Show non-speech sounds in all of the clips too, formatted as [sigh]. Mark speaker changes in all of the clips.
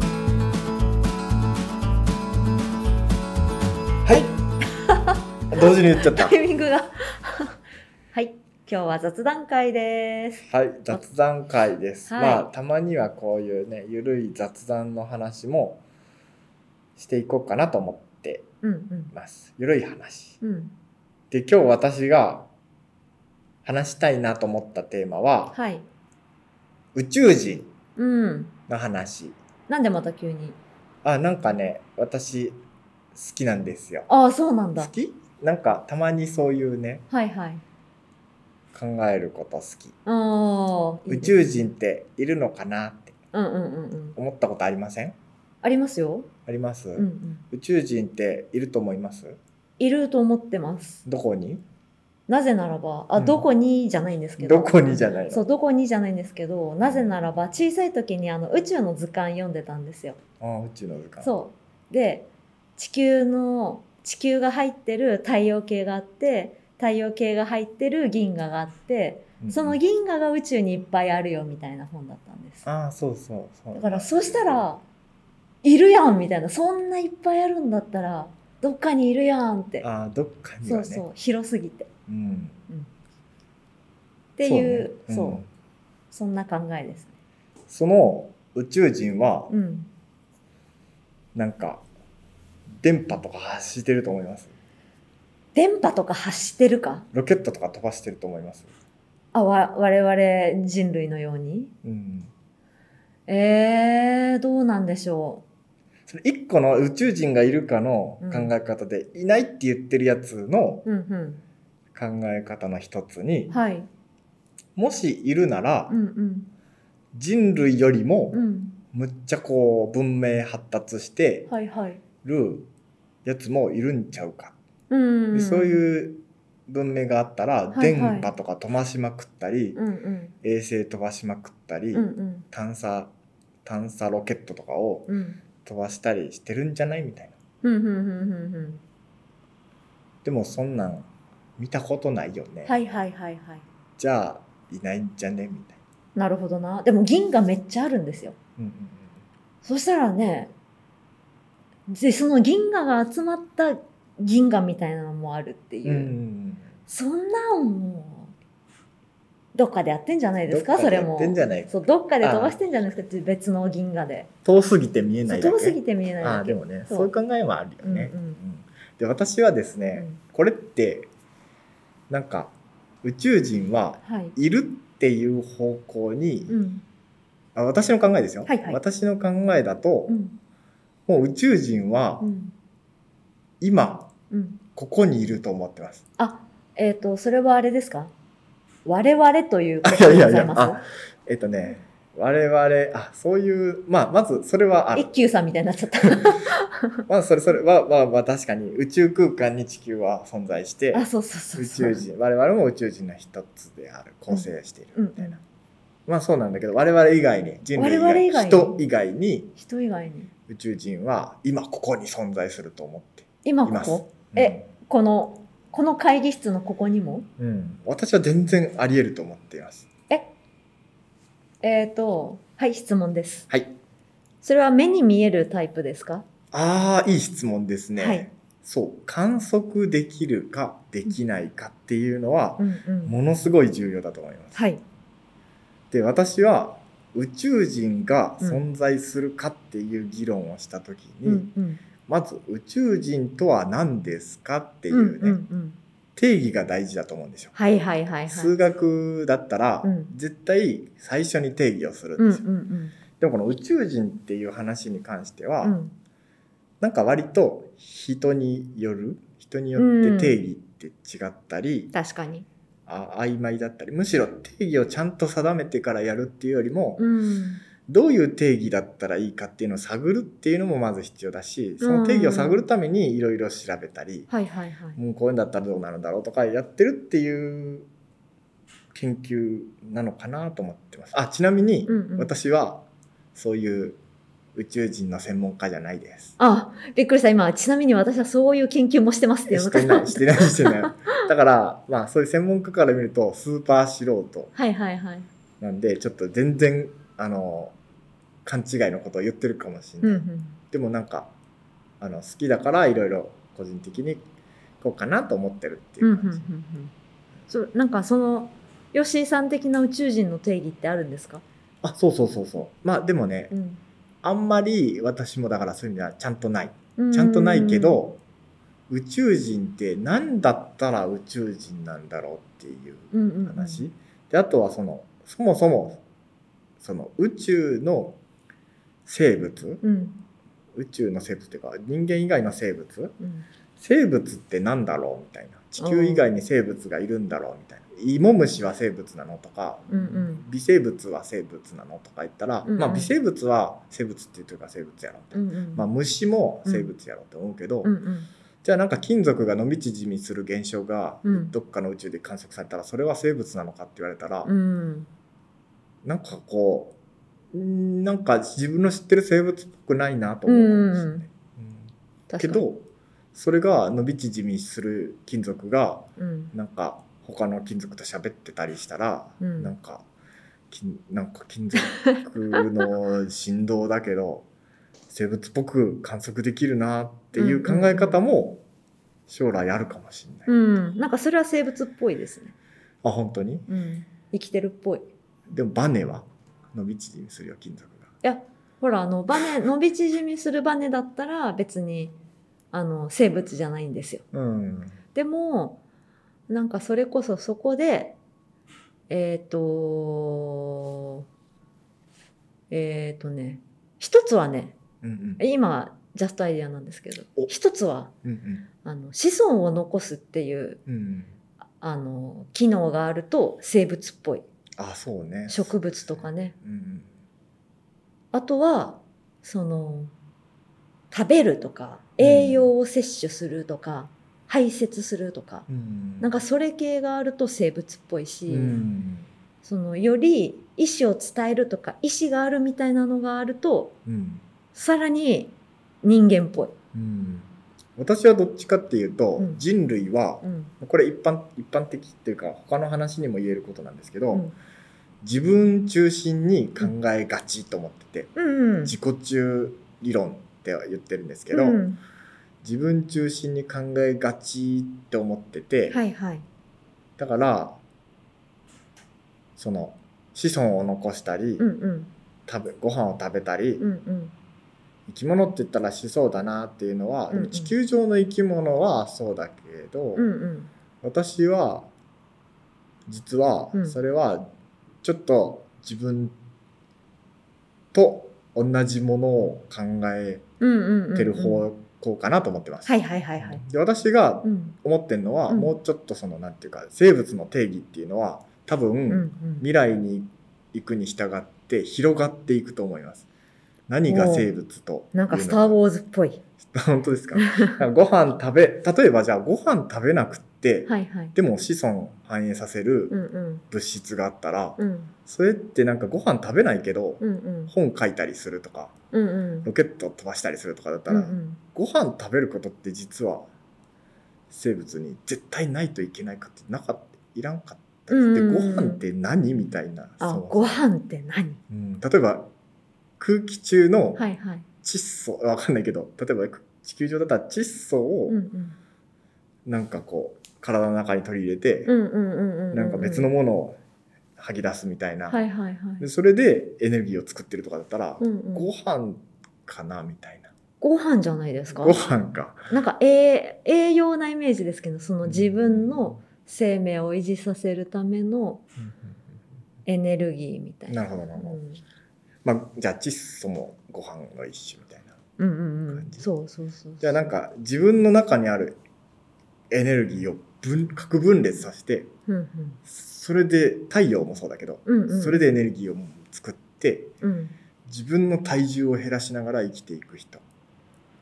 Speaker 1: [laughs] 同時に言っちゃった
Speaker 2: タ。イミングがはい今日は雑談会です
Speaker 1: はい、雑談会です。
Speaker 2: はい
Speaker 1: まあ、たまにはこういうね、ゆるい雑談の話もしていこうかなと思って
Speaker 2: うん
Speaker 1: ます。ゆるい話。
Speaker 2: うんうん
Speaker 1: で、今日私が話したいなと思ったテーマは、
Speaker 2: はい
Speaker 1: 宇宙人
Speaker 2: うん
Speaker 1: の話。
Speaker 2: なんでまた急に
Speaker 1: あ、なんかね、私、好きなんですよ。
Speaker 2: ああそうなん
Speaker 1: 好
Speaker 2: だ
Speaker 1: きなんか、たまにそういうね、
Speaker 2: はいはい
Speaker 1: 考えること好き。
Speaker 2: ああ
Speaker 1: 宇宙人っているのかなって
Speaker 2: うんうんうんうん
Speaker 1: 思ったことありません
Speaker 2: ありますよ
Speaker 1: あります、
Speaker 2: うんうん
Speaker 1: 宇宙人っていると思います
Speaker 2: いると思ってます
Speaker 1: どこに
Speaker 2: なぜならばあ、
Speaker 1: うん
Speaker 2: どこにじゃないんですけど
Speaker 1: どこにじゃないの
Speaker 2: そうどこにじゃないんですけどなぜならば小さい時にあの宇宙の図鑑読んでたんですよ
Speaker 1: ああ宇宙の図鑑
Speaker 2: そうで地球の地球が入ってる太陽系があって太陽系が入ってる銀河があって
Speaker 1: うん
Speaker 2: その銀河が宇宙にいっぱいあるよみたいな本だったんですだ
Speaker 1: ああそうそうそう
Speaker 2: からそうしたらいるやんみたいなそんないっぱいあるんだったらどっかにいるやんって、
Speaker 1: ああどっかに
Speaker 2: そ
Speaker 1: は
Speaker 2: う
Speaker 1: ね
Speaker 2: そう広すぎてっ
Speaker 1: うん、
Speaker 2: ていうそう,、
Speaker 1: ね
Speaker 2: そ
Speaker 1: うん
Speaker 2: んな考えですね
Speaker 1: その宇宙人は
Speaker 2: うん
Speaker 1: なんか電波とか発してると思います
Speaker 2: 電波とか発してるか
Speaker 1: ロケットとか飛ばしてると思います
Speaker 2: あわ我々人類のように
Speaker 1: うん
Speaker 2: えー、どうなんでしょ
Speaker 1: それ一個の宇宙人がいるかの考え方で、いないって言ってるやつの
Speaker 2: う。うん
Speaker 1: 考え方の一つに、
Speaker 2: うん。はい。
Speaker 1: もしいるなら、
Speaker 2: うんうん。
Speaker 1: 人類よりも
Speaker 2: うん。
Speaker 1: むっちゃこう文明発達して
Speaker 2: はいはい。
Speaker 1: るやつもいるんちゃうか、
Speaker 2: うん、
Speaker 1: で
Speaker 2: うん。
Speaker 1: そう
Speaker 2: う。
Speaker 1: いう文明があったら
Speaker 2: いはい
Speaker 1: 電波とか飛ばしまくったり、
Speaker 2: うんうん。
Speaker 1: 衛星飛ばしまくったり、
Speaker 2: うんうん。
Speaker 1: 探査探査ロケットとかを
Speaker 2: うん。
Speaker 1: 飛ばしたりしてるんじゃないみたいな
Speaker 2: うんうんうんうんうん。
Speaker 1: でもそんなん見たことないよね、
Speaker 2: はいはいはいはい。
Speaker 1: じゃあいないんじゃねみたいな、
Speaker 2: なるほどな。でも銀河めっちゃあるんですよ。
Speaker 1: うんうん
Speaker 2: そしたらね、で、その銀河が集まった銀河みたいなのもあるっていう。
Speaker 1: うんうんうん
Speaker 2: そんなんもう、どっかでやってんじゃないですか、
Speaker 1: どっか
Speaker 2: そ
Speaker 1: で
Speaker 2: れも。
Speaker 1: やってんじゃない
Speaker 2: そう、どっかで飛ばしてんじゃないですか、別の銀河で。
Speaker 1: 遠すぎて見え
Speaker 2: そ
Speaker 1: な
Speaker 2: う
Speaker 1: いだけ
Speaker 2: 遠すぎて見えない
Speaker 1: あ
Speaker 2: だ
Speaker 1: あで
Speaker 2: け
Speaker 1: もね
Speaker 2: そ
Speaker 1: そうういう考えはあるよね、
Speaker 2: うんうん
Speaker 1: で私はですね、
Speaker 2: うん
Speaker 1: これってなんか宇宙人は
Speaker 2: はい。
Speaker 1: いるっていう方向に、
Speaker 2: うん。
Speaker 1: あ私の考えですよ、
Speaker 2: はいはい
Speaker 1: 私の考えだと、
Speaker 2: うん。
Speaker 1: もう宇宙人は
Speaker 2: うん。
Speaker 1: 今
Speaker 2: うん。
Speaker 1: ここにいると思ってます。
Speaker 2: あ、えっ、と、それはあれですか我々というこ
Speaker 1: [laughs]
Speaker 2: と
Speaker 1: い
Speaker 2: で
Speaker 1: やいや
Speaker 2: ござい
Speaker 1: いや
Speaker 2: ま
Speaker 1: あ
Speaker 2: す。
Speaker 1: えっとね我々あそういうまあまずそれはある
Speaker 2: 一休さんみたいになっちゃった。
Speaker 1: まあそれそれは、まあ、まあ確かに宇宙空間に地球は存在して
Speaker 2: あ、そうそうそう
Speaker 1: 宇
Speaker 2: そう。
Speaker 1: 宙。人我々も宇宙人の一つである構成している
Speaker 2: うん
Speaker 1: みたいな。まあそうなんだけど我々以外に人類以
Speaker 2: 我
Speaker 1: 外
Speaker 2: 々以外に
Speaker 1: 人以外に
Speaker 2: 人以外に。
Speaker 1: 宇宙人は今ここに存在すると思って
Speaker 2: 今
Speaker 1: い
Speaker 2: こ
Speaker 1: ます。
Speaker 2: こ
Speaker 1: うん
Speaker 2: え、この、この会議室のここにも
Speaker 1: うん、私は全然あり得ると思っています。
Speaker 2: えっ、と、はい、質問です。
Speaker 1: はい。
Speaker 2: それは目に見えるタイプですか
Speaker 1: ああいい質問ですね。
Speaker 2: はい
Speaker 1: そう観測できるかできないかっていうのは
Speaker 2: うんうん。
Speaker 1: ものすごい重要だと思います。
Speaker 2: はい。
Speaker 1: で私は宇宙人が存在するかっていう議論をした時に、
Speaker 2: うんうん。
Speaker 1: まず宇宙人とは何ですかっていううね、
Speaker 2: んうんうん。
Speaker 1: 定義が大事だと思うんですよ。
Speaker 2: はいはいはいはい。
Speaker 1: 数学だったら、
Speaker 2: うん
Speaker 1: 絶対最初に定義をする
Speaker 2: うんん
Speaker 1: で
Speaker 2: う
Speaker 1: すよ、
Speaker 2: ん
Speaker 1: でもこの宇宙人っていう話に関しては、
Speaker 2: うん。うん。
Speaker 1: なんか割と人による人によって定義って違ったり、
Speaker 2: 確かに。
Speaker 1: あ曖昧だったりむしろ定義をちゃんと定めてからやるっていうよりも、
Speaker 2: うん。
Speaker 1: どういう定義だったらいいかっていうのを探るっていうのもまず必要だしその定義を探るためにいろいろ調べたり、
Speaker 2: はいはいはい。
Speaker 1: もうこういうんだったらどうなるんだろうとかやってるっていう研究なのかなと思ってます。あちなみに
Speaker 2: うんうん
Speaker 1: 私はそういう宇宙人の専門家じゃないです。
Speaker 2: あびっくりした。今、ちなみに私はそういう研究もしてますっていう
Speaker 1: し
Speaker 2: のか
Speaker 1: て
Speaker 2: と思
Speaker 1: な
Speaker 2: っ
Speaker 1: い
Speaker 2: た
Speaker 1: してないしてない。だからまあそういう専門家から見るとスーパー素人
Speaker 2: はいはいはい。
Speaker 1: なんでちょっと全然あの勘違いのことを言ってるかもしれない。
Speaker 2: うんうん。
Speaker 1: でもなんかあの好きだからいろいろ個人的にこうかなと思ってるって
Speaker 2: う
Speaker 1: い
Speaker 2: ん
Speaker 1: う
Speaker 2: う
Speaker 1: ん
Speaker 2: うん
Speaker 1: 感じ、
Speaker 2: うんそうなんかその吉井さん的な宇宙人の定義ってあるんですか、
Speaker 1: あそうそうそうそうまあでもね
Speaker 2: うん、
Speaker 1: あんまり私もだからそういう意味ではちゃんとないちゃんとないけど、宇宙人って何だったら宇宙人なんだろうっていう
Speaker 2: うんうんうん
Speaker 1: 話、であとはそのそもそもその宇宙の生物
Speaker 2: うん
Speaker 1: 宇宙の生物っていうか人間以外の生物
Speaker 2: うん
Speaker 1: 生物って何だろうみたいな地球以外に生物がいるんだろうみたいなイモムシは生物なのとか、
Speaker 2: うんうん
Speaker 1: 微生物は生物なのとか言ったら、
Speaker 2: うんうん
Speaker 1: まあ、微生物は生物っていうというか生物やろみた
Speaker 2: う
Speaker 1: いな、
Speaker 2: んうん
Speaker 1: まあ、虫も生物やろって思うけど、
Speaker 2: うんうん
Speaker 1: じゃあなんか金属が伸び縮みする現象が
Speaker 2: うん
Speaker 1: どっかの宇宙で観測されたらそれは生物なのかって言われたら、
Speaker 2: うん
Speaker 1: なんかこうんーなんか自分の知ってる生物っぽくないなと思うかもしれない、
Speaker 2: うんうん
Speaker 1: うんけ
Speaker 2: 確かに
Speaker 1: どそれが伸び縮みする金属が
Speaker 2: うん
Speaker 1: なんか他の金属と喋ってたりしたら、
Speaker 2: うん
Speaker 1: なんか金なんか金属の振動だけ
Speaker 2: [laughs]
Speaker 1: ど生物っぽく観測できるなっていう考え方も将来あるかもしれない。
Speaker 2: うんなんかそれは生物っぽいですね、
Speaker 1: あ本当に
Speaker 2: うん、生きてるっぽい
Speaker 1: でもバネは伸び縮みするよ金属が。
Speaker 2: いやほらあのバネ伸び縮みするバネだったら別にあの生物じゃないんですよ
Speaker 1: うん、
Speaker 2: でもなんかそれこそそこでえっ、とえっ、とね一つはね
Speaker 1: うんうん
Speaker 2: 今ジャストアイデアなんですけど
Speaker 1: お
Speaker 2: 一つは
Speaker 1: うん
Speaker 2: あの子孫を残すっていう
Speaker 1: うんうん
Speaker 2: あの機能があると生物っぽい
Speaker 1: あそうね。
Speaker 2: 植物とかね
Speaker 1: うんうん
Speaker 2: あとはその食べるとか栄養を摂取するとか、排泄するとか
Speaker 1: うん
Speaker 2: なんかそれ系があると生物っぽいし、
Speaker 1: うん
Speaker 2: そのより意思を伝えるとか意思があるみたいなのがあると
Speaker 1: うん
Speaker 2: さらに人間っぽい。
Speaker 1: うん、私はどっちかっていうと、
Speaker 2: うん
Speaker 1: 人類は
Speaker 2: うん
Speaker 1: これ一般一般的っていうか他の話にも言えることなんですけど、
Speaker 2: うん
Speaker 1: 自分中心に考えがちと思ってて、
Speaker 2: うんうん
Speaker 1: 自己中理論って言ってるんですけど、
Speaker 2: うん
Speaker 1: 自分中心に考えがちって思ってて、
Speaker 2: はいはい。
Speaker 1: だからその子孫を残したり、
Speaker 2: うんうん
Speaker 1: 食べご飯を食べたり、
Speaker 2: うんうん
Speaker 1: 生き物って言ったらしそうだなっていうのは、でも
Speaker 2: うんうん
Speaker 1: 地球上の生き物はそうだけど、
Speaker 2: うんうん
Speaker 1: 私は実は
Speaker 2: うん
Speaker 1: それはちょっと自分と同じものを考え
Speaker 2: うんうんうんうん
Speaker 1: てる方向かなと思ってます。
Speaker 2: はいはいはいはい。
Speaker 1: で私が
Speaker 2: うん
Speaker 1: 思ってるのは、
Speaker 2: うん
Speaker 1: もうちょっとそのなんていうか生物の定義っていうのは多分、
Speaker 2: うんうん
Speaker 1: 未来に行くに従って広がっていくと思います。何が生物と
Speaker 2: なんかスター・ウォーズっぽい。
Speaker 1: ー [laughs] 本当ですか [laughs] ご飯食べ例えばじゃあご飯食べなくって、
Speaker 2: はいはい。
Speaker 1: でも子孫を反映させる、
Speaker 2: うんうん
Speaker 1: 物質があったら、
Speaker 2: うん
Speaker 1: それってなんかご飯食べないけど、
Speaker 2: うんうん
Speaker 1: 本書いたりするとか
Speaker 2: うんうん
Speaker 1: ロケット飛ばしたりするとかだった
Speaker 2: うんう
Speaker 1: ら、
Speaker 2: ん
Speaker 1: ご飯食べることって実は生物に絶対ないといけないかってなかったいらんかったりして、
Speaker 2: うんうんうん
Speaker 1: ご飯って何みたいな
Speaker 2: あ
Speaker 1: そう
Speaker 2: ご飯って何
Speaker 1: うん例えば空気中の
Speaker 2: はいはい。
Speaker 1: 窒素、わかんないけど例えば地球上だったら窒素を
Speaker 2: うんうん
Speaker 1: なんかこう体の中に取り入れて、
Speaker 2: うんうんうんうんうん。
Speaker 1: なんか別のものを吐き出すみたいな、
Speaker 2: はいはいはい。
Speaker 1: でそれでエネルギーを作ってるとかだったら、
Speaker 2: うんうん
Speaker 1: ご飯かなみたいな
Speaker 2: ご飯じゃないですか
Speaker 1: ご飯か
Speaker 2: なんか栄栄養なイメージですけどその自分の生命を維持させるためのエネルギーみたい
Speaker 1: な
Speaker 2: な。
Speaker 1: るほどなるほど、
Speaker 2: うん
Speaker 1: まあ、じゃあ窒素もご飯の一種みたいな
Speaker 2: うんうんう
Speaker 1: 感
Speaker 2: ん、
Speaker 1: じ
Speaker 2: そうそうそうそう
Speaker 1: じゃあなん、か自分の中にあるエネルギーを分核分裂させて
Speaker 2: うんうん
Speaker 1: それで太陽もそうだけど、
Speaker 2: うんうん、
Speaker 1: それでエネルギーを作って
Speaker 2: うん、
Speaker 1: 自分の体重を減らしながら生きていく人、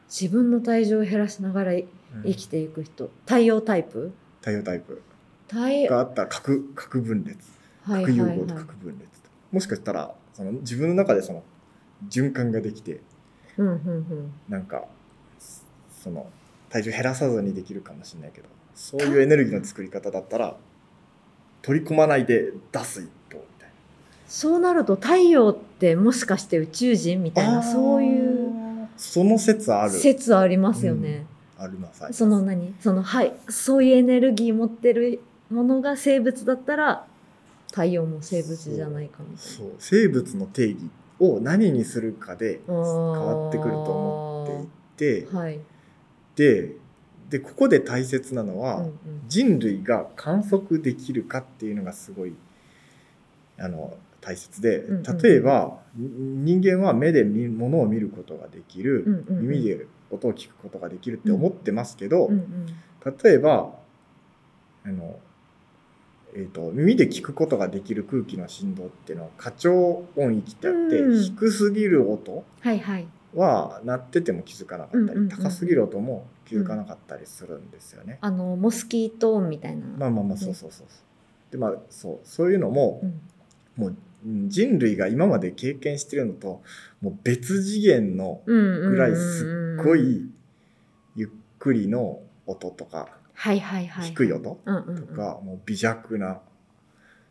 Speaker 2: 自分の体重を減らしながらい生きていく人太陽タイプ
Speaker 1: 太陽タイプ
Speaker 2: 太陽
Speaker 1: があったら核核分裂
Speaker 2: はい
Speaker 1: 核
Speaker 2: はい
Speaker 1: 融
Speaker 2: はい
Speaker 1: 合と核分裂ともしかしたらその自分の中でその循環ができて
Speaker 2: うんうん
Speaker 1: なんかその体重減らさずにできるかもしれないけどそういうエネルギーの作り方だったら取り込まないで出す一方みたい
Speaker 2: そうなると太陽ってもしかして宇宙人みたい
Speaker 1: な
Speaker 2: なそういう
Speaker 1: その説ある
Speaker 2: 説ありますよね、
Speaker 1: ありますあります
Speaker 2: その何そのはいそういうエネルギー持ってるものが生物だったら太陽も生物じゃないかみたい
Speaker 1: そう生物の定義を何にするかで変
Speaker 2: あー
Speaker 1: わってくると思っていて
Speaker 2: なはい、
Speaker 1: ででここで大切なのは、
Speaker 2: うんうん、
Speaker 1: 人類が観測できるかっていうのがすごいあの大切で
Speaker 2: うんうん
Speaker 1: 例えば、に人間は目で見物を見ることができる、
Speaker 2: うんうんうん
Speaker 1: 耳で音を聞くことができるって思ってますけど、
Speaker 2: うんうん
Speaker 1: 例えばあの、えー、と耳で聞くことができる空気の振動っていうのは過調音域ってあって、
Speaker 2: うん
Speaker 1: 低すぎる音
Speaker 2: はいはい
Speaker 1: は鳴ってても気づかなかったり、
Speaker 2: うんうんうん
Speaker 1: 高すぎる音も気づかなかったりするんですよね。
Speaker 2: あのモスキート音みたいな、
Speaker 1: まあまあまあそうそうそうそう。でまあそうそういうのも
Speaker 2: う、ん
Speaker 1: もううん人類が今まで経験してるのともう別次元の
Speaker 2: ぐ
Speaker 1: ぐらいすっごいゆっくりの音とか、
Speaker 2: はいはいはい
Speaker 1: 低い
Speaker 2: よ
Speaker 1: 音
Speaker 2: うんうんうん
Speaker 1: とか、もう微弱な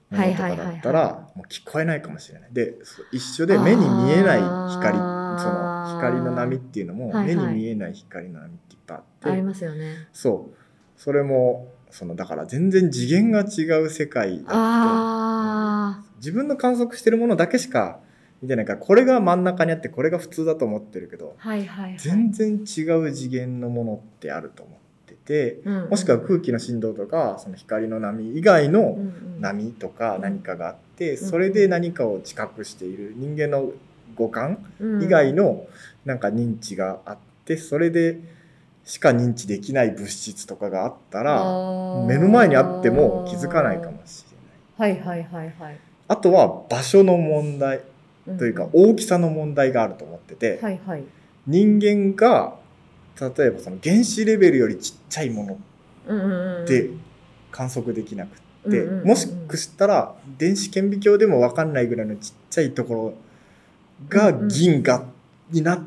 Speaker 1: ものとかだった
Speaker 2: はいはいはい
Speaker 1: らもう聞こえないかもしれない。でそう一緒で目に見えない光そ
Speaker 2: あー
Speaker 1: の光の波っていうのも、
Speaker 2: はいは
Speaker 1: 目
Speaker 2: い
Speaker 1: に見えない光の波っていっぱいあ
Speaker 2: あ
Speaker 1: って
Speaker 2: りますよね
Speaker 1: そうそれもそのだから全然次元が違う世界だって
Speaker 2: あ
Speaker 1: 自分の観測してるものだけしか見てないからこれが真ん中にあってこれが普通だと思ってるけど
Speaker 2: あはいはい、はい、
Speaker 1: 全然違う次元のものってあると思ってて
Speaker 2: うんうん
Speaker 1: もしくは空気の振動とかその光の波以外の、
Speaker 2: うんうん
Speaker 1: 波とか何かがあって
Speaker 2: ん
Speaker 1: それで何かを知覚している人間の五感
Speaker 2: うん
Speaker 1: 以外のなんか認知があってそれでしか認知できない物質とかがあったら
Speaker 2: あー
Speaker 1: 目の前にあっても気づかないかもしれない。
Speaker 2: はいはいはいはい
Speaker 1: あとは場所の問題というか
Speaker 2: ん
Speaker 1: 大きさの問題があると思ってて
Speaker 2: はいはい
Speaker 1: 人間が例えばその原子レベルよりちっちゃいもの
Speaker 2: うんうんうん
Speaker 1: って観測できなくて。
Speaker 2: うん
Speaker 1: で
Speaker 2: うんうんうん
Speaker 1: もしくしたら電子顕微鏡でも分かんないぐらいのちっちゃいところが
Speaker 2: うんうん
Speaker 1: 銀河になっ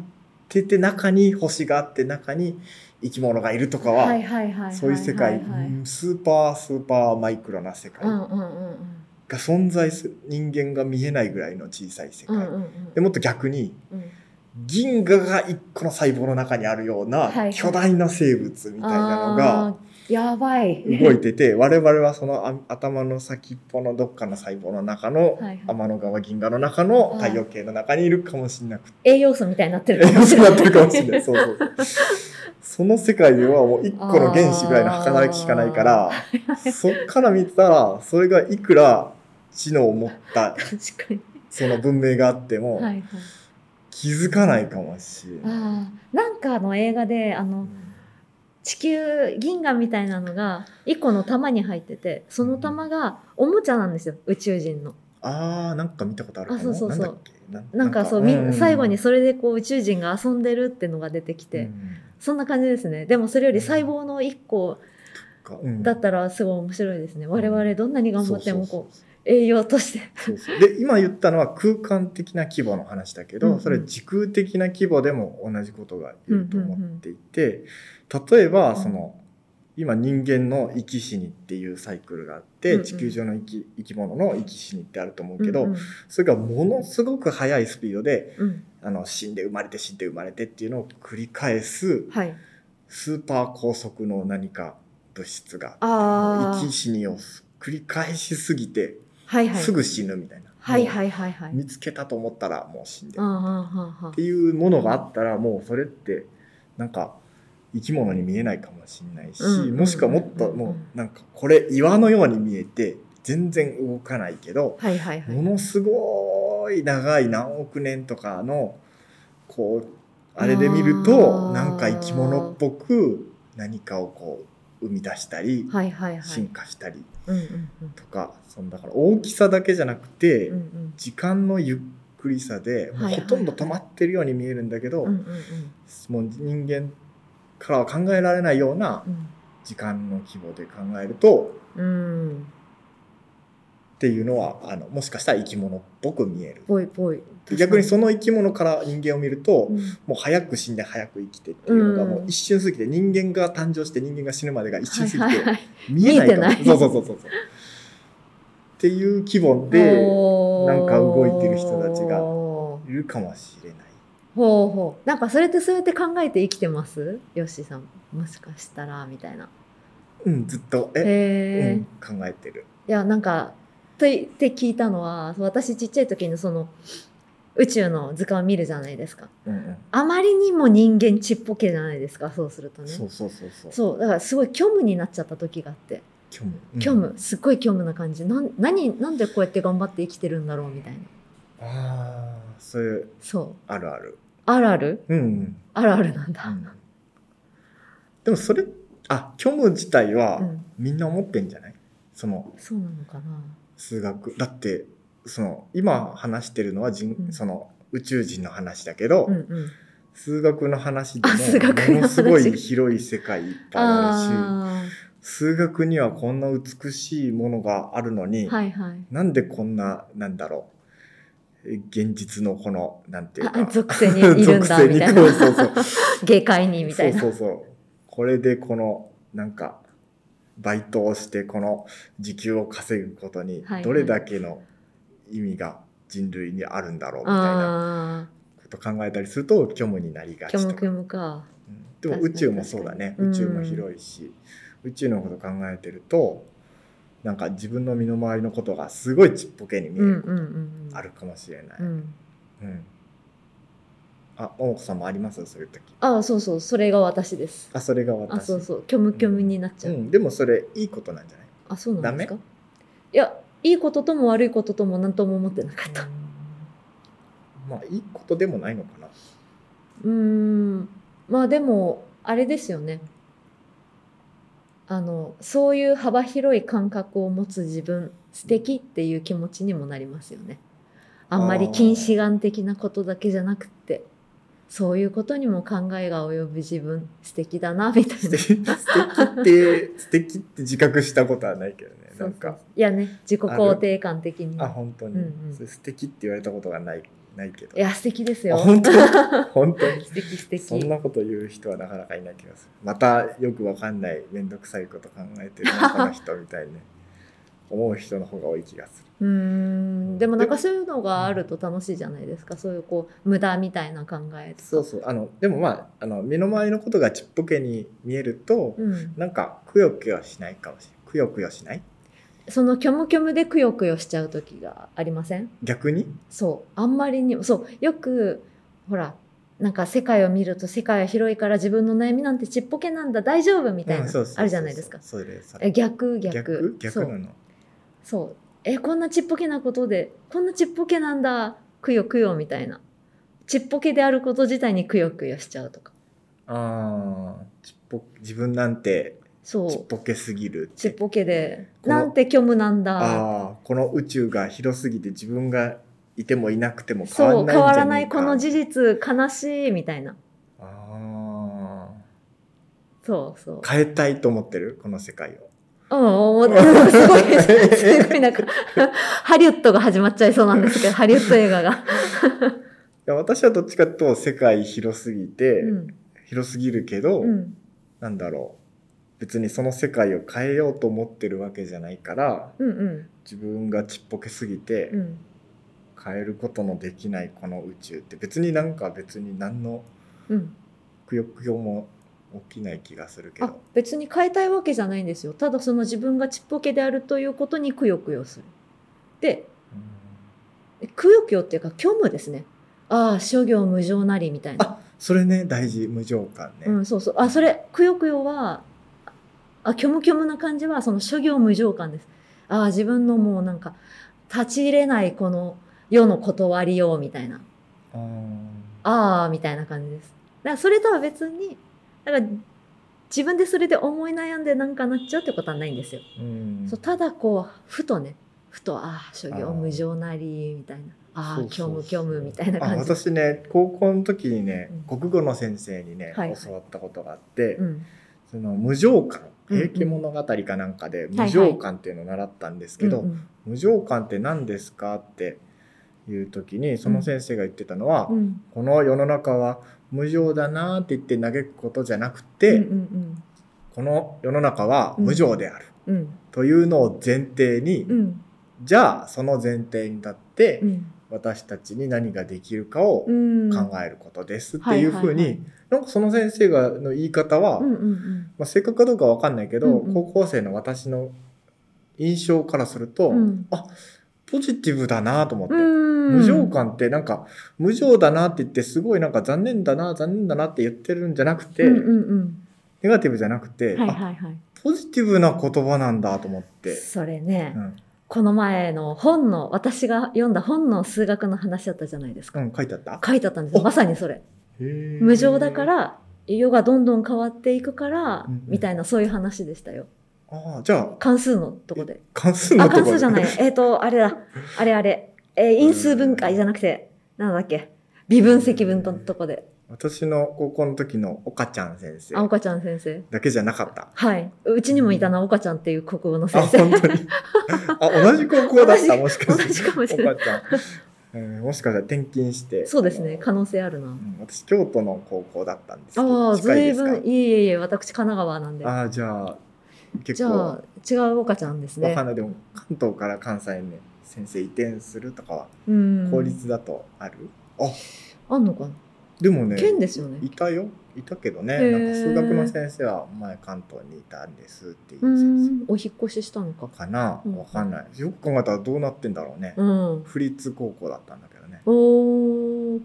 Speaker 1: てて中に星があって中に生き物がいるとかは、
Speaker 2: はいはいはいはいはい
Speaker 1: そういう世界、
Speaker 2: はいはい
Speaker 1: うんスーパースーパーマイクロな世界
Speaker 2: うん
Speaker 1: が
Speaker 2: うんうんうん
Speaker 1: 存在する人間が見えないぐらいの小さい世
Speaker 2: う
Speaker 1: 界、
Speaker 2: んうんうん
Speaker 1: でもっと逆に
Speaker 2: うん
Speaker 1: 銀河が一個の細胞の中にあるよう
Speaker 2: はいは
Speaker 1: ない巨大な生物みたいなのが、
Speaker 2: あーやばい
Speaker 1: 動いてて [laughs] 我々はそのあ頭の先っぽのどっかの細胞の中の、
Speaker 2: はいはい
Speaker 1: 天の川銀河の中の
Speaker 2: はい
Speaker 1: 太陽系の中にいるかもしれなくて、 [laughs]
Speaker 2: 栄養素みたいになってる
Speaker 1: 栄養素になってるかもしれ
Speaker 2: い
Speaker 1: ないそうそうそう
Speaker 2: [laughs]
Speaker 1: その世界ではもう一個の原子ぐらいの働きしかないからそっから見たらそれがいくら知能を持った
Speaker 2: 確かに
Speaker 1: その文明があっても、
Speaker 2: はいはい
Speaker 1: 気づかないかもしれない。
Speaker 2: あーなんかあの映画であ
Speaker 1: う
Speaker 2: の
Speaker 1: ん
Speaker 2: 地球銀河みたいなのが一個の玉に入っててその玉がおもちゃなんですよ宇宙人の。
Speaker 1: あーなんか見たことあるかも
Speaker 2: あそうそうそう
Speaker 1: なんだっけな
Speaker 2: なんかそう、み最後にそれでこう宇宙人が遊んでるってのが出てき
Speaker 1: う
Speaker 2: て、
Speaker 1: ん
Speaker 2: そんな感じですねでもそれより細胞の一個
Speaker 1: かうん
Speaker 2: だったらすごい面白いですね我々どんなに頑張ってもこう
Speaker 1: う
Speaker 2: 栄養として
Speaker 1: そうそうそうそうで今言ったのは空間的な規模の話だけど、
Speaker 2: うんうん
Speaker 1: それ時空的な規模でも同じことが言えると思っていて、例えばその、今人間の生き死にっていうサイクルがあって、
Speaker 2: うんうん
Speaker 1: 地球上の生き生き物の生き死にってあると思うけど、
Speaker 2: うんうん
Speaker 1: それがものすごく速いスピードで
Speaker 2: うん
Speaker 1: あの死んで生まれて死んで生まれてっていうのを繰り返す
Speaker 2: はい
Speaker 1: スーパー高速の何か物質が
Speaker 2: あ
Speaker 1: 生き
Speaker 2: ー
Speaker 1: 死にを繰り返しすぎて
Speaker 2: はいはい
Speaker 1: すぐ死ぬみたいな、
Speaker 2: はいはいはいはい
Speaker 1: もう見つけたと思ったらもう死んで
Speaker 2: あー
Speaker 1: るっ
Speaker 2: はーはーは
Speaker 1: て
Speaker 2: ー
Speaker 1: いうものがあったらもうそれってなんか生き物に見えないかもしれないし、
Speaker 2: うんうんうん
Speaker 1: もしくはもっともうなんかこれ岩のように見えて全然動かないけど、
Speaker 2: はいはいはい
Speaker 1: ものすごい長い何億年とかのこうあれで見る
Speaker 2: あ
Speaker 1: と
Speaker 2: ー
Speaker 1: なんか生き物っぽく何かをこう生み出したり、
Speaker 2: はいはいは
Speaker 1: 進
Speaker 2: い
Speaker 1: 化したり
Speaker 2: うんうんうん
Speaker 1: とかそのだから大きさだけじゃなくて、
Speaker 2: うんうん
Speaker 1: 時間のゆっくりさで、もう
Speaker 2: はいはい
Speaker 1: ほとんど止まってるように見えるんだけど、
Speaker 2: うんうんうん
Speaker 1: もう人間からは考えられないような
Speaker 2: うん
Speaker 1: 時間の規模で考えると
Speaker 2: うん、
Speaker 1: っていうのはあのもしかしたら生き物っぽく見える。
Speaker 2: ぽいぽい。
Speaker 1: 逆にそ
Speaker 2: の、
Speaker 1: の生き物から人間を見ると、
Speaker 2: うん
Speaker 1: もう早く死んで早く生きてっていうのが
Speaker 2: うん
Speaker 1: もう一瞬過ぎて人間が誕生して人間が死ぬまでが一瞬過
Speaker 2: は
Speaker 1: ぎ
Speaker 2: い
Speaker 1: て
Speaker 2: はいはい
Speaker 1: 見えないかも
Speaker 2: 見えてない
Speaker 1: そうそうそうそうそう。っていう規模で
Speaker 2: おー
Speaker 1: なんか動いてる人たちがいるかもしれない。
Speaker 2: ほうほう。なんかそれってそうやって考えて生きてますヨッシーさん。もしかしたら、みたいな。
Speaker 1: うん、ずっと、え、
Speaker 2: へ
Speaker 1: う
Speaker 2: え。い
Speaker 1: ん、考えてる。
Speaker 2: や、なんか、といって聞いたのは、私ちっちゃい時にその、宇宙の図鑑を見るじゃないですか。
Speaker 1: うんうん
Speaker 2: あまりにも人間ちっぽけじゃないですか、そうするとね。
Speaker 1: そうそうそうそう。
Speaker 2: そう、だからすごい虚無になっちゃった時があって。
Speaker 1: 虚無。うん
Speaker 2: 虚無、。すっごい虚無な感じ。なん、何、なんでこうやって頑張って生きてるんだろうみたいな。
Speaker 1: ああ、そういう、
Speaker 2: そう。
Speaker 1: あるある。
Speaker 2: あるある
Speaker 1: うん、うん。
Speaker 2: あるあるなん
Speaker 1: う
Speaker 2: だ。
Speaker 1: んでもそれ、あ、虚無自体は
Speaker 2: うん。
Speaker 1: みんな思ってんじゃないその
Speaker 2: そうなのかな。
Speaker 1: 数学。だって、その今話してるのは人、
Speaker 2: うん
Speaker 1: その宇宙人の話だけど、
Speaker 2: うんうん。
Speaker 1: 数学の話でも
Speaker 2: あ数学の話
Speaker 1: ものすごい広い世界いっぱいあるし、
Speaker 2: あ
Speaker 1: 数学にはこんな美しいものがあるのに、
Speaker 2: あ、はいはい。
Speaker 1: なんでこんな、なんだろう。え現実のこの、なんていう
Speaker 2: あ
Speaker 1: か。
Speaker 2: 属性にいるんだ
Speaker 1: 属性に
Speaker 2: み
Speaker 1: [laughs]
Speaker 2: たい
Speaker 1: そうそう
Speaker 2: な
Speaker 1: そう。
Speaker 2: [laughs] 下界にみたいな
Speaker 1: そうそうそうこれでこのなんかバイトをしてこの時給を稼ぐことに
Speaker 2: はいはい
Speaker 1: どれだけの意味が人類にあるんだろうみたいな
Speaker 2: あ
Speaker 1: こと考えたりすると虚無になりが
Speaker 2: あ
Speaker 1: ち
Speaker 2: 虚
Speaker 1: と
Speaker 2: 無
Speaker 1: か
Speaker 2: 虚無か
Speaker 1: うんでも宇宙もそうだね
Speaker 2: 確か
Speaker 1: 宇
Speaker 2: に確か
Speaker 1: 宙
Speaker 2: に
Speaker 1: も広いし宇宙のこと考えてるとなんか自分の身の回りのことがすごいちっぽけに見え
Speaker 2: うん
Speaker 1: る
Speaker 2: うんうんうん
Speaker 1: あるかもしれない。
Speaker 2: うん
Speaker 1: うんあ、ももこさんもありますそういう時。
Speaker 2: ああそうそうそれが私です
Speaker 1: あ、それが私。
Speaker 2: あそうそう虚無虚無になっちゃう、
Speaker 1: うん、でもそれいいことなんじゃない
Speaker 2: あそうなんです
Speaker 1: ダ
Speaker 2: かいやいいこととも悪いこととも何とも思ってなかった
Speaker 1: まあいいことでもないのかな
Speaker 2: うーんまあでもあれですよねあのそういう幅広い感覚を持つ自分素敵っていう気持ちにもなりますよねあんまり近視眼的なことだけじゃなくってそういうことにも考えが及ぶ自分素敵だなみたい
Speaker 1: 素
Speaker 2: な
Speaker 1: 敵って素敵って自覚したことはないけどねなん
Speaker 2: そう
Speaker 1: か
Speaker 2: そういやね自己肯定感的に
Speaker 1: あ本当に、
Speaker 2: うんうん
Speaker 1: それ素敵って言われたことがないないけど
Speaker 2: いや素敵です
Speaker 1: あ
Speaker 2: よ
Speaker 1: 本
Speaker 2: [laughs]
Speaker 1: 当に本当に
Speaker 2: 素敵素
Speaker 1: そん
Speaker 2: 敵
Speaker 1: なこと言う人はなかなかいない気がするまたよくわかんない面倒くさいこと考えてるなこの人みたいに、 [laughs] ね、思う人の方が多い気がする
Speaker 2: うーんでもなんかそういうのがあると楽しいじゃないですかそういうこう無駄みたいな考えとか
Speaker 1: そうそうあのでもまああの身の回りのことがちっぽけに見えると、
Speaker 2: うん、
Speaker 1: なんかくよくよしないかもしれないくよくよしない
Speaker 2: その虚無虚無でくよくよしちゃう時がありません
Speaker 1: 逆に
Speaker 2: そうあんまりにもそうよくほらなんか世界を見ると世界は広いから自分の悩みなんてちっぽけなんだ大丈夫みたいな、
Speaker 1: うんそうそうそうそう
Speaker 2: あるじゃないですか
Speaker 1: それそれ
Speaker 2: え逆逆
Speaker 1: 逆逆な
Speaker 2: そう
Speaker 1: の
Speaker 2: そうえこんなちっぽけなことでこんなちっぽけなんだくよくよみたいなちっぽけであること自体にくよくよしちゃうとか
Speaker 1: あーちっぽ自分なんて
Speaker 2: そ
Speaker 1: ちっ
Speaker 2: う
Speaker 1: ぽけすぎるって
Speaker 2: ちっぽけで
Speaker 1: この
Speaker 2: なんて虚無なんだ
Speaker 1: あーこの宇宙が広すぎて自分がいてもいなくても変
Speaker 2: そう
Speaker 1: わ
Speaker 2: 変わら
Speaker 1: らな
Speaker 2: ない
Speaker 1: んじゃねえか
Speaker 2: いこの事実悲しいみたいな
Speaker 1: あ
Speaker 2: そうそう
Speaker 1: ー変えたいと思ってるこの世界を
Speaker 2: うん、思って、すごい、すごいなんか、ハリウッドが始まっちゃいそうなんですけど、ハリウッド映画が。
Speaker 1: いや私はどっちかというと世界広すぎて、
Speaker 2: うん。
Speaker 1: 広すぎるけど、
Speaker 2: うん。
Speaker 1: なんだろう別にその世界を変えようと思ってるわけじゃないから
Speaker 2: うんうん。
Speaker 1: 自分がちっぽけすぎて
Speaker 2: うん。
Speaker 1: 変えることのできないこの宇宙って別になんか別に何の
Speaker 2: うん。
Speaker 1: くよくよも起きない気がするけ
Speaker 2: あ
Speaker 1: ど、
Speaker 2: 別に変えたいわけじゃないんですよ。ただその自分がちっぽけであるということにくよくよする。で、
Speaker 1: うん
Speaker 2: くよくよっていうか、虚無ですね。ああ、諸行無常なりみたいな。
Speaker 1: あそれね大事無常感ね、
Speaker 2: うん、そうそう。あ、それ、くよくよは、あ、虚無虚無な感じは、その諸行無常感です。ああ、自分のもうなんか、立ち入れないこの世の断りようみたいな。
Speaker 1: あ
Speaker 2: あーみたいな感じです。だからそれとは別に、だから自分でそれで思い悩んでなんかなっちゃうってことはないんですよ。
Speaker 1: ーうん
Speaker 2: そうただこう、ふとね、ふと、ああ、諸行無常なり、みたいな。あ
Speaker 1: そ
Speaker 2: あー、
Speaker 1: うそ
Speaker 2: 虚
Speaker 1: う
Speaker 2: 無虚無みたいな
Speaker 1: あ
Speaker 2: 感じ。
Speaker 1: 私ね高校の時にね
Speaker 2: うん
Speaker 1: 国語の先生にね、
Speaker 2: はいはい
Speaker 1: 教わったことがあって、
Speaker 2: うん。
Speaker 1: その無常感
Speaker 2: うんうん
Speaker 1: 平家物語かなんかで
Speaker 2: は
Speaker 1: 無
Speaker 2: い
Speaker 1: 常感っていうのを習ったんですけど、
Speaker 2: うんうん
Speaker 1: 無常感って何ですかっていう時にその先生が言ってたのは、
Speaker 2: うん
Speaker 1: この世の中は無常だなーって言って嘆くことじゃなく
Speaker 2: う
Speaker 1: て、
Speaker 2: んうん
Speaker 1: この世の中は無常である
Speaker 2: うんうん
Speaker 1: というのを前提に、
Speaker 2: うん
Speaker 1: じゃあその前提に立って、
Speaker 2: うん
Speaker 1: 私たちに何ができるかを
Speaker 2: うん
Speaker 1: 考えることですっていうふう
Speaker 2: はいはいはい
Speaker 1: になんかその先生がの言い方は、
Speaker 2: うんうんうん
Speaker 1: まあ、正確かどうかわかんないけど、
Speaker 2: うんうん
Speaker 1: 高校生の私の印象からすると、
Speaker 2: うん
Speaker 1: ポジティブだなと思って、
Speaker 2: うん
Speaker 1: 無情感ってなんか無情だなって言ってすごいなんか残念だな残念だなって言ってるんじゃなくて、
Speaker 2: うんうん
Speaker 1: ネガティブじゃなく
Speaker 2: う
Speaker 1: て、
Speaker 2: んはい
Speaker 1: あ
Speaker 2: はいはい
Speaker 1: ポジティブな言葉なんだと思って、
Speaker 2: それね、
Speaker 1: うん
Speaker 2: この前の本の私が読んだ本の数学の話だったじゃないですか、
Speaker 1: うん、書いてあった
Speaker 2: 書いてあったんですよ
Speaker 1: お
Speaker 2: まさにそれ無
Speaker 1: 無
Speaker 2: 情だから世がどんどん変わっていくから、
Speaker 1: うんうん
Speaker 2: みたいなそういう話でしたよ
Speaker 1: ああじゃあ
Speaker 2: 関数のとこで
Speaker 1: 関数の
Speaker 2: あ
Speaker 1: ところ
Speaker 2: 関数じ
Speaker 1: [laughs]
Speaker 2: ゃないいえっ、とあれだあれあれ、えー因数分解じゃなくてなんだっけ微分積分のとこで
Speaker 1: 私の高校の時の岡ちゃん先生
Speaker 2: あ岡ちゃん先生
Speaker 1: だけじゃなかった
Speaker 2: はいうちにもいたな岡ちゃんっていう国語の
Speaker 1: あ
Speaker 2: 先生
Speaker 1: 本当
Speaker 2: [laughs]
Speaker 1: にあ同じ高校だっ
Speaker 2: 同
Speaker 1: た
Speaker 2: じ
Speaker 1: もしか
Speaker 2: 同
Speaker 1: して
Speaker 2: じかもしれない
Speaker 1: 岡ちゃん、うんもしかしたら転勤して
Speaker 2: そうですね可
Speaker 1: 能
Speaker 2: 能性あるな
Speaker 1: 私京都の高校だったんですけ
Speaker 2: あ
Speaker 1: ど
Speaker 2: あ
Speaker 1: 近い
Speaker 2: 随
Speaker 1: ですか
Speaker 2: 分いえいえいえ私神奈川なんで
Speaker 1: ああじゃあ
Speaker 2: じ
Speaker 1: 結
Speaker 2: ゃ
Speaker 1: 構
Speaker 2: あ違う岡ちゃんです
Speaker 1: わ
Speaker 2: ね
Speaker 1: かんないでも関東から関西に先生移転するとかは
Speaker 2: うん
Speaker 1: 公立だとある、あ
Speaker 2: あんのかな
Speaker 1: でもね
Speaker 2: 県ですよね
Speaker 1: いたよいたけどね
Speaker 2: へー
Speaker 1: なんか数学の先生は前関東にいたんですっていう
Speaker 2: う
Speaker 1: 先
Speaker 2: んお引っ越ししたのか
Speaker 1: 生かな
Speaker 2: うん
Speaker 1: わかんないよく考えたらどうなってんだろうね、
Speaker 2: うん
Speaker 1: 府立高校だったんだけどね、
Speaker 2: おー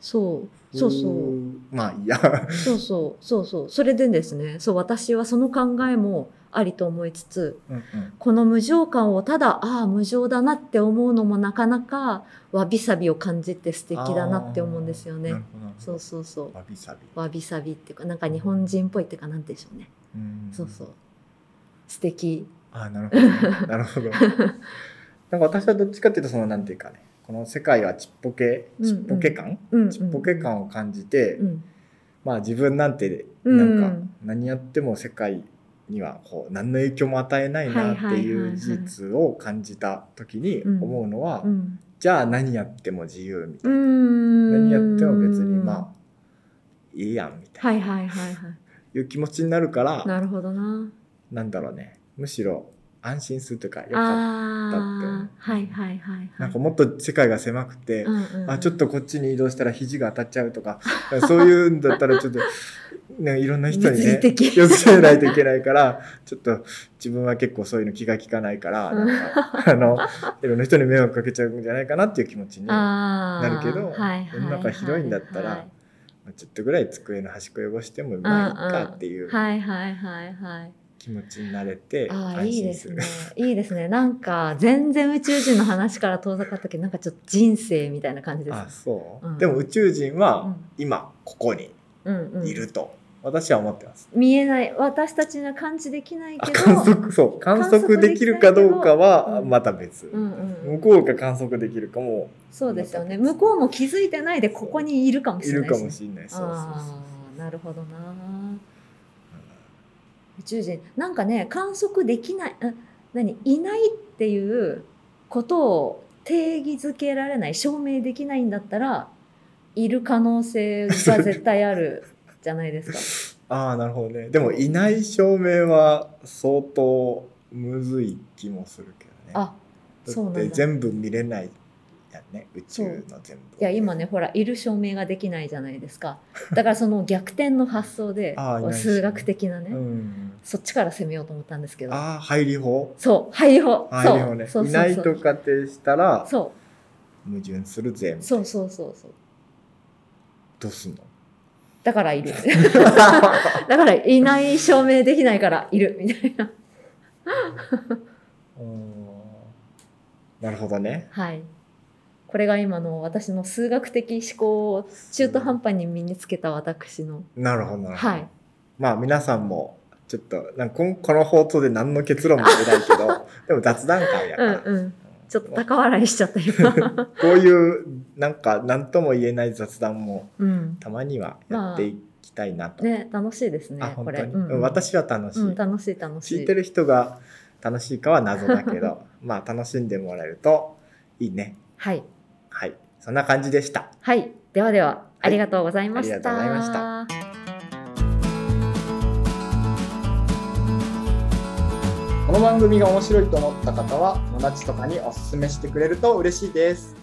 Speaker 2: そうそうそう
Speaker 1: ーまあいいや
Speaker 2: そうそうそうそうそれでですねそう私はその考えもありと思いつつ
Speaker 1: うん、うん、
Speaker 2: この無情感をただああ無情だなって思うのもなかなかわびさびを感じて素敵だなって思うんですよ
Speaker 1: あーな
Speaker 2: ね
Speaker 1: るほどなるほど
Speaker 2: そうそうそう
Speaker 1: わびさび、
Speaker 2: わびさびっていうかなんか日本人っぽいっていうかなんて言うんでしょうね
Speaker 1: うん
Speaker 2: そうそう素敵
Speaker 1: あーなるほどね、なる
Speaker 2: [laughs]
Speaker 1: ほど。なんか私はどっちかっていうとそのなんていうかね、この世界はちっぽけ、
Speaker 2: うん
Speaker 1: ち
Speaker 2: う
Speaker 1: っ
Speaker 2: ん
Speaker 1: ぽけ感、
Speaker 2: うん
Speaker 1: ちっぽけ感を感じて、
Speaker 2: うん
Speaker 1: まあ自分なんて
Speaker 2: うん
Speaker 1: なんか何やっても世界にはこう何の影響も与えないなって
Speaker 2: はいはいはい
Speaker 1: い
Speaker 2: は
Speaker 1: う
Speaker 2: い
Speaker 1: 事実を感じた時に
Speaker 2: うん
Speaker 1: 思うのは、
Speaker 2: うん
Speaker 1: じゃあ何やっても自由みた
Speaker 2: う
Speaker 1: いな、
Speaker 2: ん
Speaker 1: 何やっても別にまあいいやんみたいな、
Speaker 2: はいはいはいはい
Speaker 1: い、う気持ちになるから
Speaker 2: なるほどな
Speaker 1: なんだろうねむしろ安心するというかよかった
Speaker 2: ああはいはいはいはい
Speaker 1: なんかもっと世界が狭くて、
Speaker 2: うんうんうん
Speaker 1: あちょっとこっちに移動したら肘が当たっちゃうとかそういうんだったらちょっと、ね、いろんな人に
Speaker 2: 物
Speaker 1: ね
Speaker 2: 理的
Speaker 1: 寄せないといけないからちょっと自分は結構そういうの気が利かないからなんかあのいろんな人に迷惑かけちゃうんじゃないかなっていう気持ちにまあ
Speaker 2: な
Speaker 1: るけど世の中広いんだったらちょっとぐらい机の端っこ汚してもまあいいかっていう
Speaker 2: はいはいはいはい
Speaker 1: 気持ちになれて
Speaker 2: ああ
Speaker 1: 安
Speaker 2: いい
Speaker 1: 心
Speaker 2: です
Speaker 1: する。
Speaker 2: ねいいですねなんか全然宇宙人の話から遠ざかったけどなんかちょっと人生みたいな感じです
Speaker 1: あそう、
Speaker 2: うん
Speaker 1: でも宇宙人
Speaker 2: う
Speaker 1: は
Speaker 2: ん
Speaker 1: 今ここに
Speaker 2: うんうん
Speaker 1: いると私は思ってます。
Speaker 2: 見えない私たちには感知できない
Speaker 1: あ
Speaker 2: けど
Speaker 1: 観測そう観測できるかどうかは
Speaker 2: うん
Speaker 1: また別、
Speaker 2: うんう
Speaker 1: 向
Speaker 2: ん
Speaker 1: こうが観測できるかも
Speaker 2: そうですよね
Speaker 1: また
Speaker 2: 向こうも気づいてないでここにいるかも
Speaker 1: い
Speaker 2: しれ
Speaker 1: る
Speaker 2: ない
Speaker 1: かも
Speaker 2: し
Speaker 1: しれないそうそうそう
Speaker 2: ああなるほどな宇宙人なんかね観測できないうん何いないっていうことを定義づけられない証明できないんだったらいる可能性が絶対あるじゃな
Speaker 1: [laughs]
Speaker 2: いです
Speaker 1: ああなるほどねでもいない証明は相当むずい気もするけどね
Speaker 2: か。あ
Speaker 1: だ
Speaker 2: そうな
Speaker 1: っ
Speaker 2: ん
Speaker 1: て
Speaker 2: だ
Speaker 1: 全部見れないやんね宇宙の全部
Speaker 2: いや今ねほらいる証明ができないじゃないですかだからその逆転の発想で
Speaker 1: [laughs] あーいないですね
Speaker 2: 数学的なね、
Speaker 1: うん、
Speaker 2: そっちから攻めようと思ったんですけど
Speaker 1: ああ入り法
Speaker 2: そう配慮
Speaker 1: 入り法ね
Speaker 2: そうそうそうそう
Speaker 1: いないと仮定したら
Speaker 2: そ
Speaker 1: 矛盾するぜ
Speaker 2: うそうそうそうそう
Speaker 1: どうすんの [laughs]
Speaker 2: だからいる [laughs] だからいない証明できないからいるみたいな [laughs]
Speaker 1: うんなるほどね
Speaker 2: はいこれが今の私の数学的思考を中途半端に身につけた私の
Speaker 1: なるほどなるほど、
Speaker 2: はい
Speaker 1: まあ皆さんもちょっとなんかこんこの放送で何の結論も出ないけ
Speaker 2: [laughs]
Speaker 1: どでも雑談会やか
Speaker 2: う
Speaker 1: ら、
Speaker 2: んうんちょっと
Speaker 1: こ
Speaker 2: 高笑いしちゃっ
Speaker 1: [laughs]
Speaker 2: た今
Speaker 1: ういうなんか何とも言えない雑談も
Speaker 2: うん
Speaker 1: たまにはやっていきたいなと、
Speaker 2: ね楽しいです
Speaker 1: あ
Speaker 2: ね
Speaker 1: 本
Speaker 2: こ
Speaker 1: 当
Speaker 2: れ
Speaker 1: に、
Speaker 2: うんうん
Speaker 1: 私は楽しい、
Speaker 2: うん楽しい楽しい
Speaker 1: 聞いてる人が楽しいかは謎だけ
Speaker 2: [laughs]
Speaker 1: どまあ楽しんでもらえるといいね
Speaker 2: はい
Speaker 1: はいそんな感じでした
Speaker 2: はいではではありがとうございました、
Speaker 1: ありがとうございましたこの番組が面白いと思った方は友達とかにおすすめしてくれると嬉しいです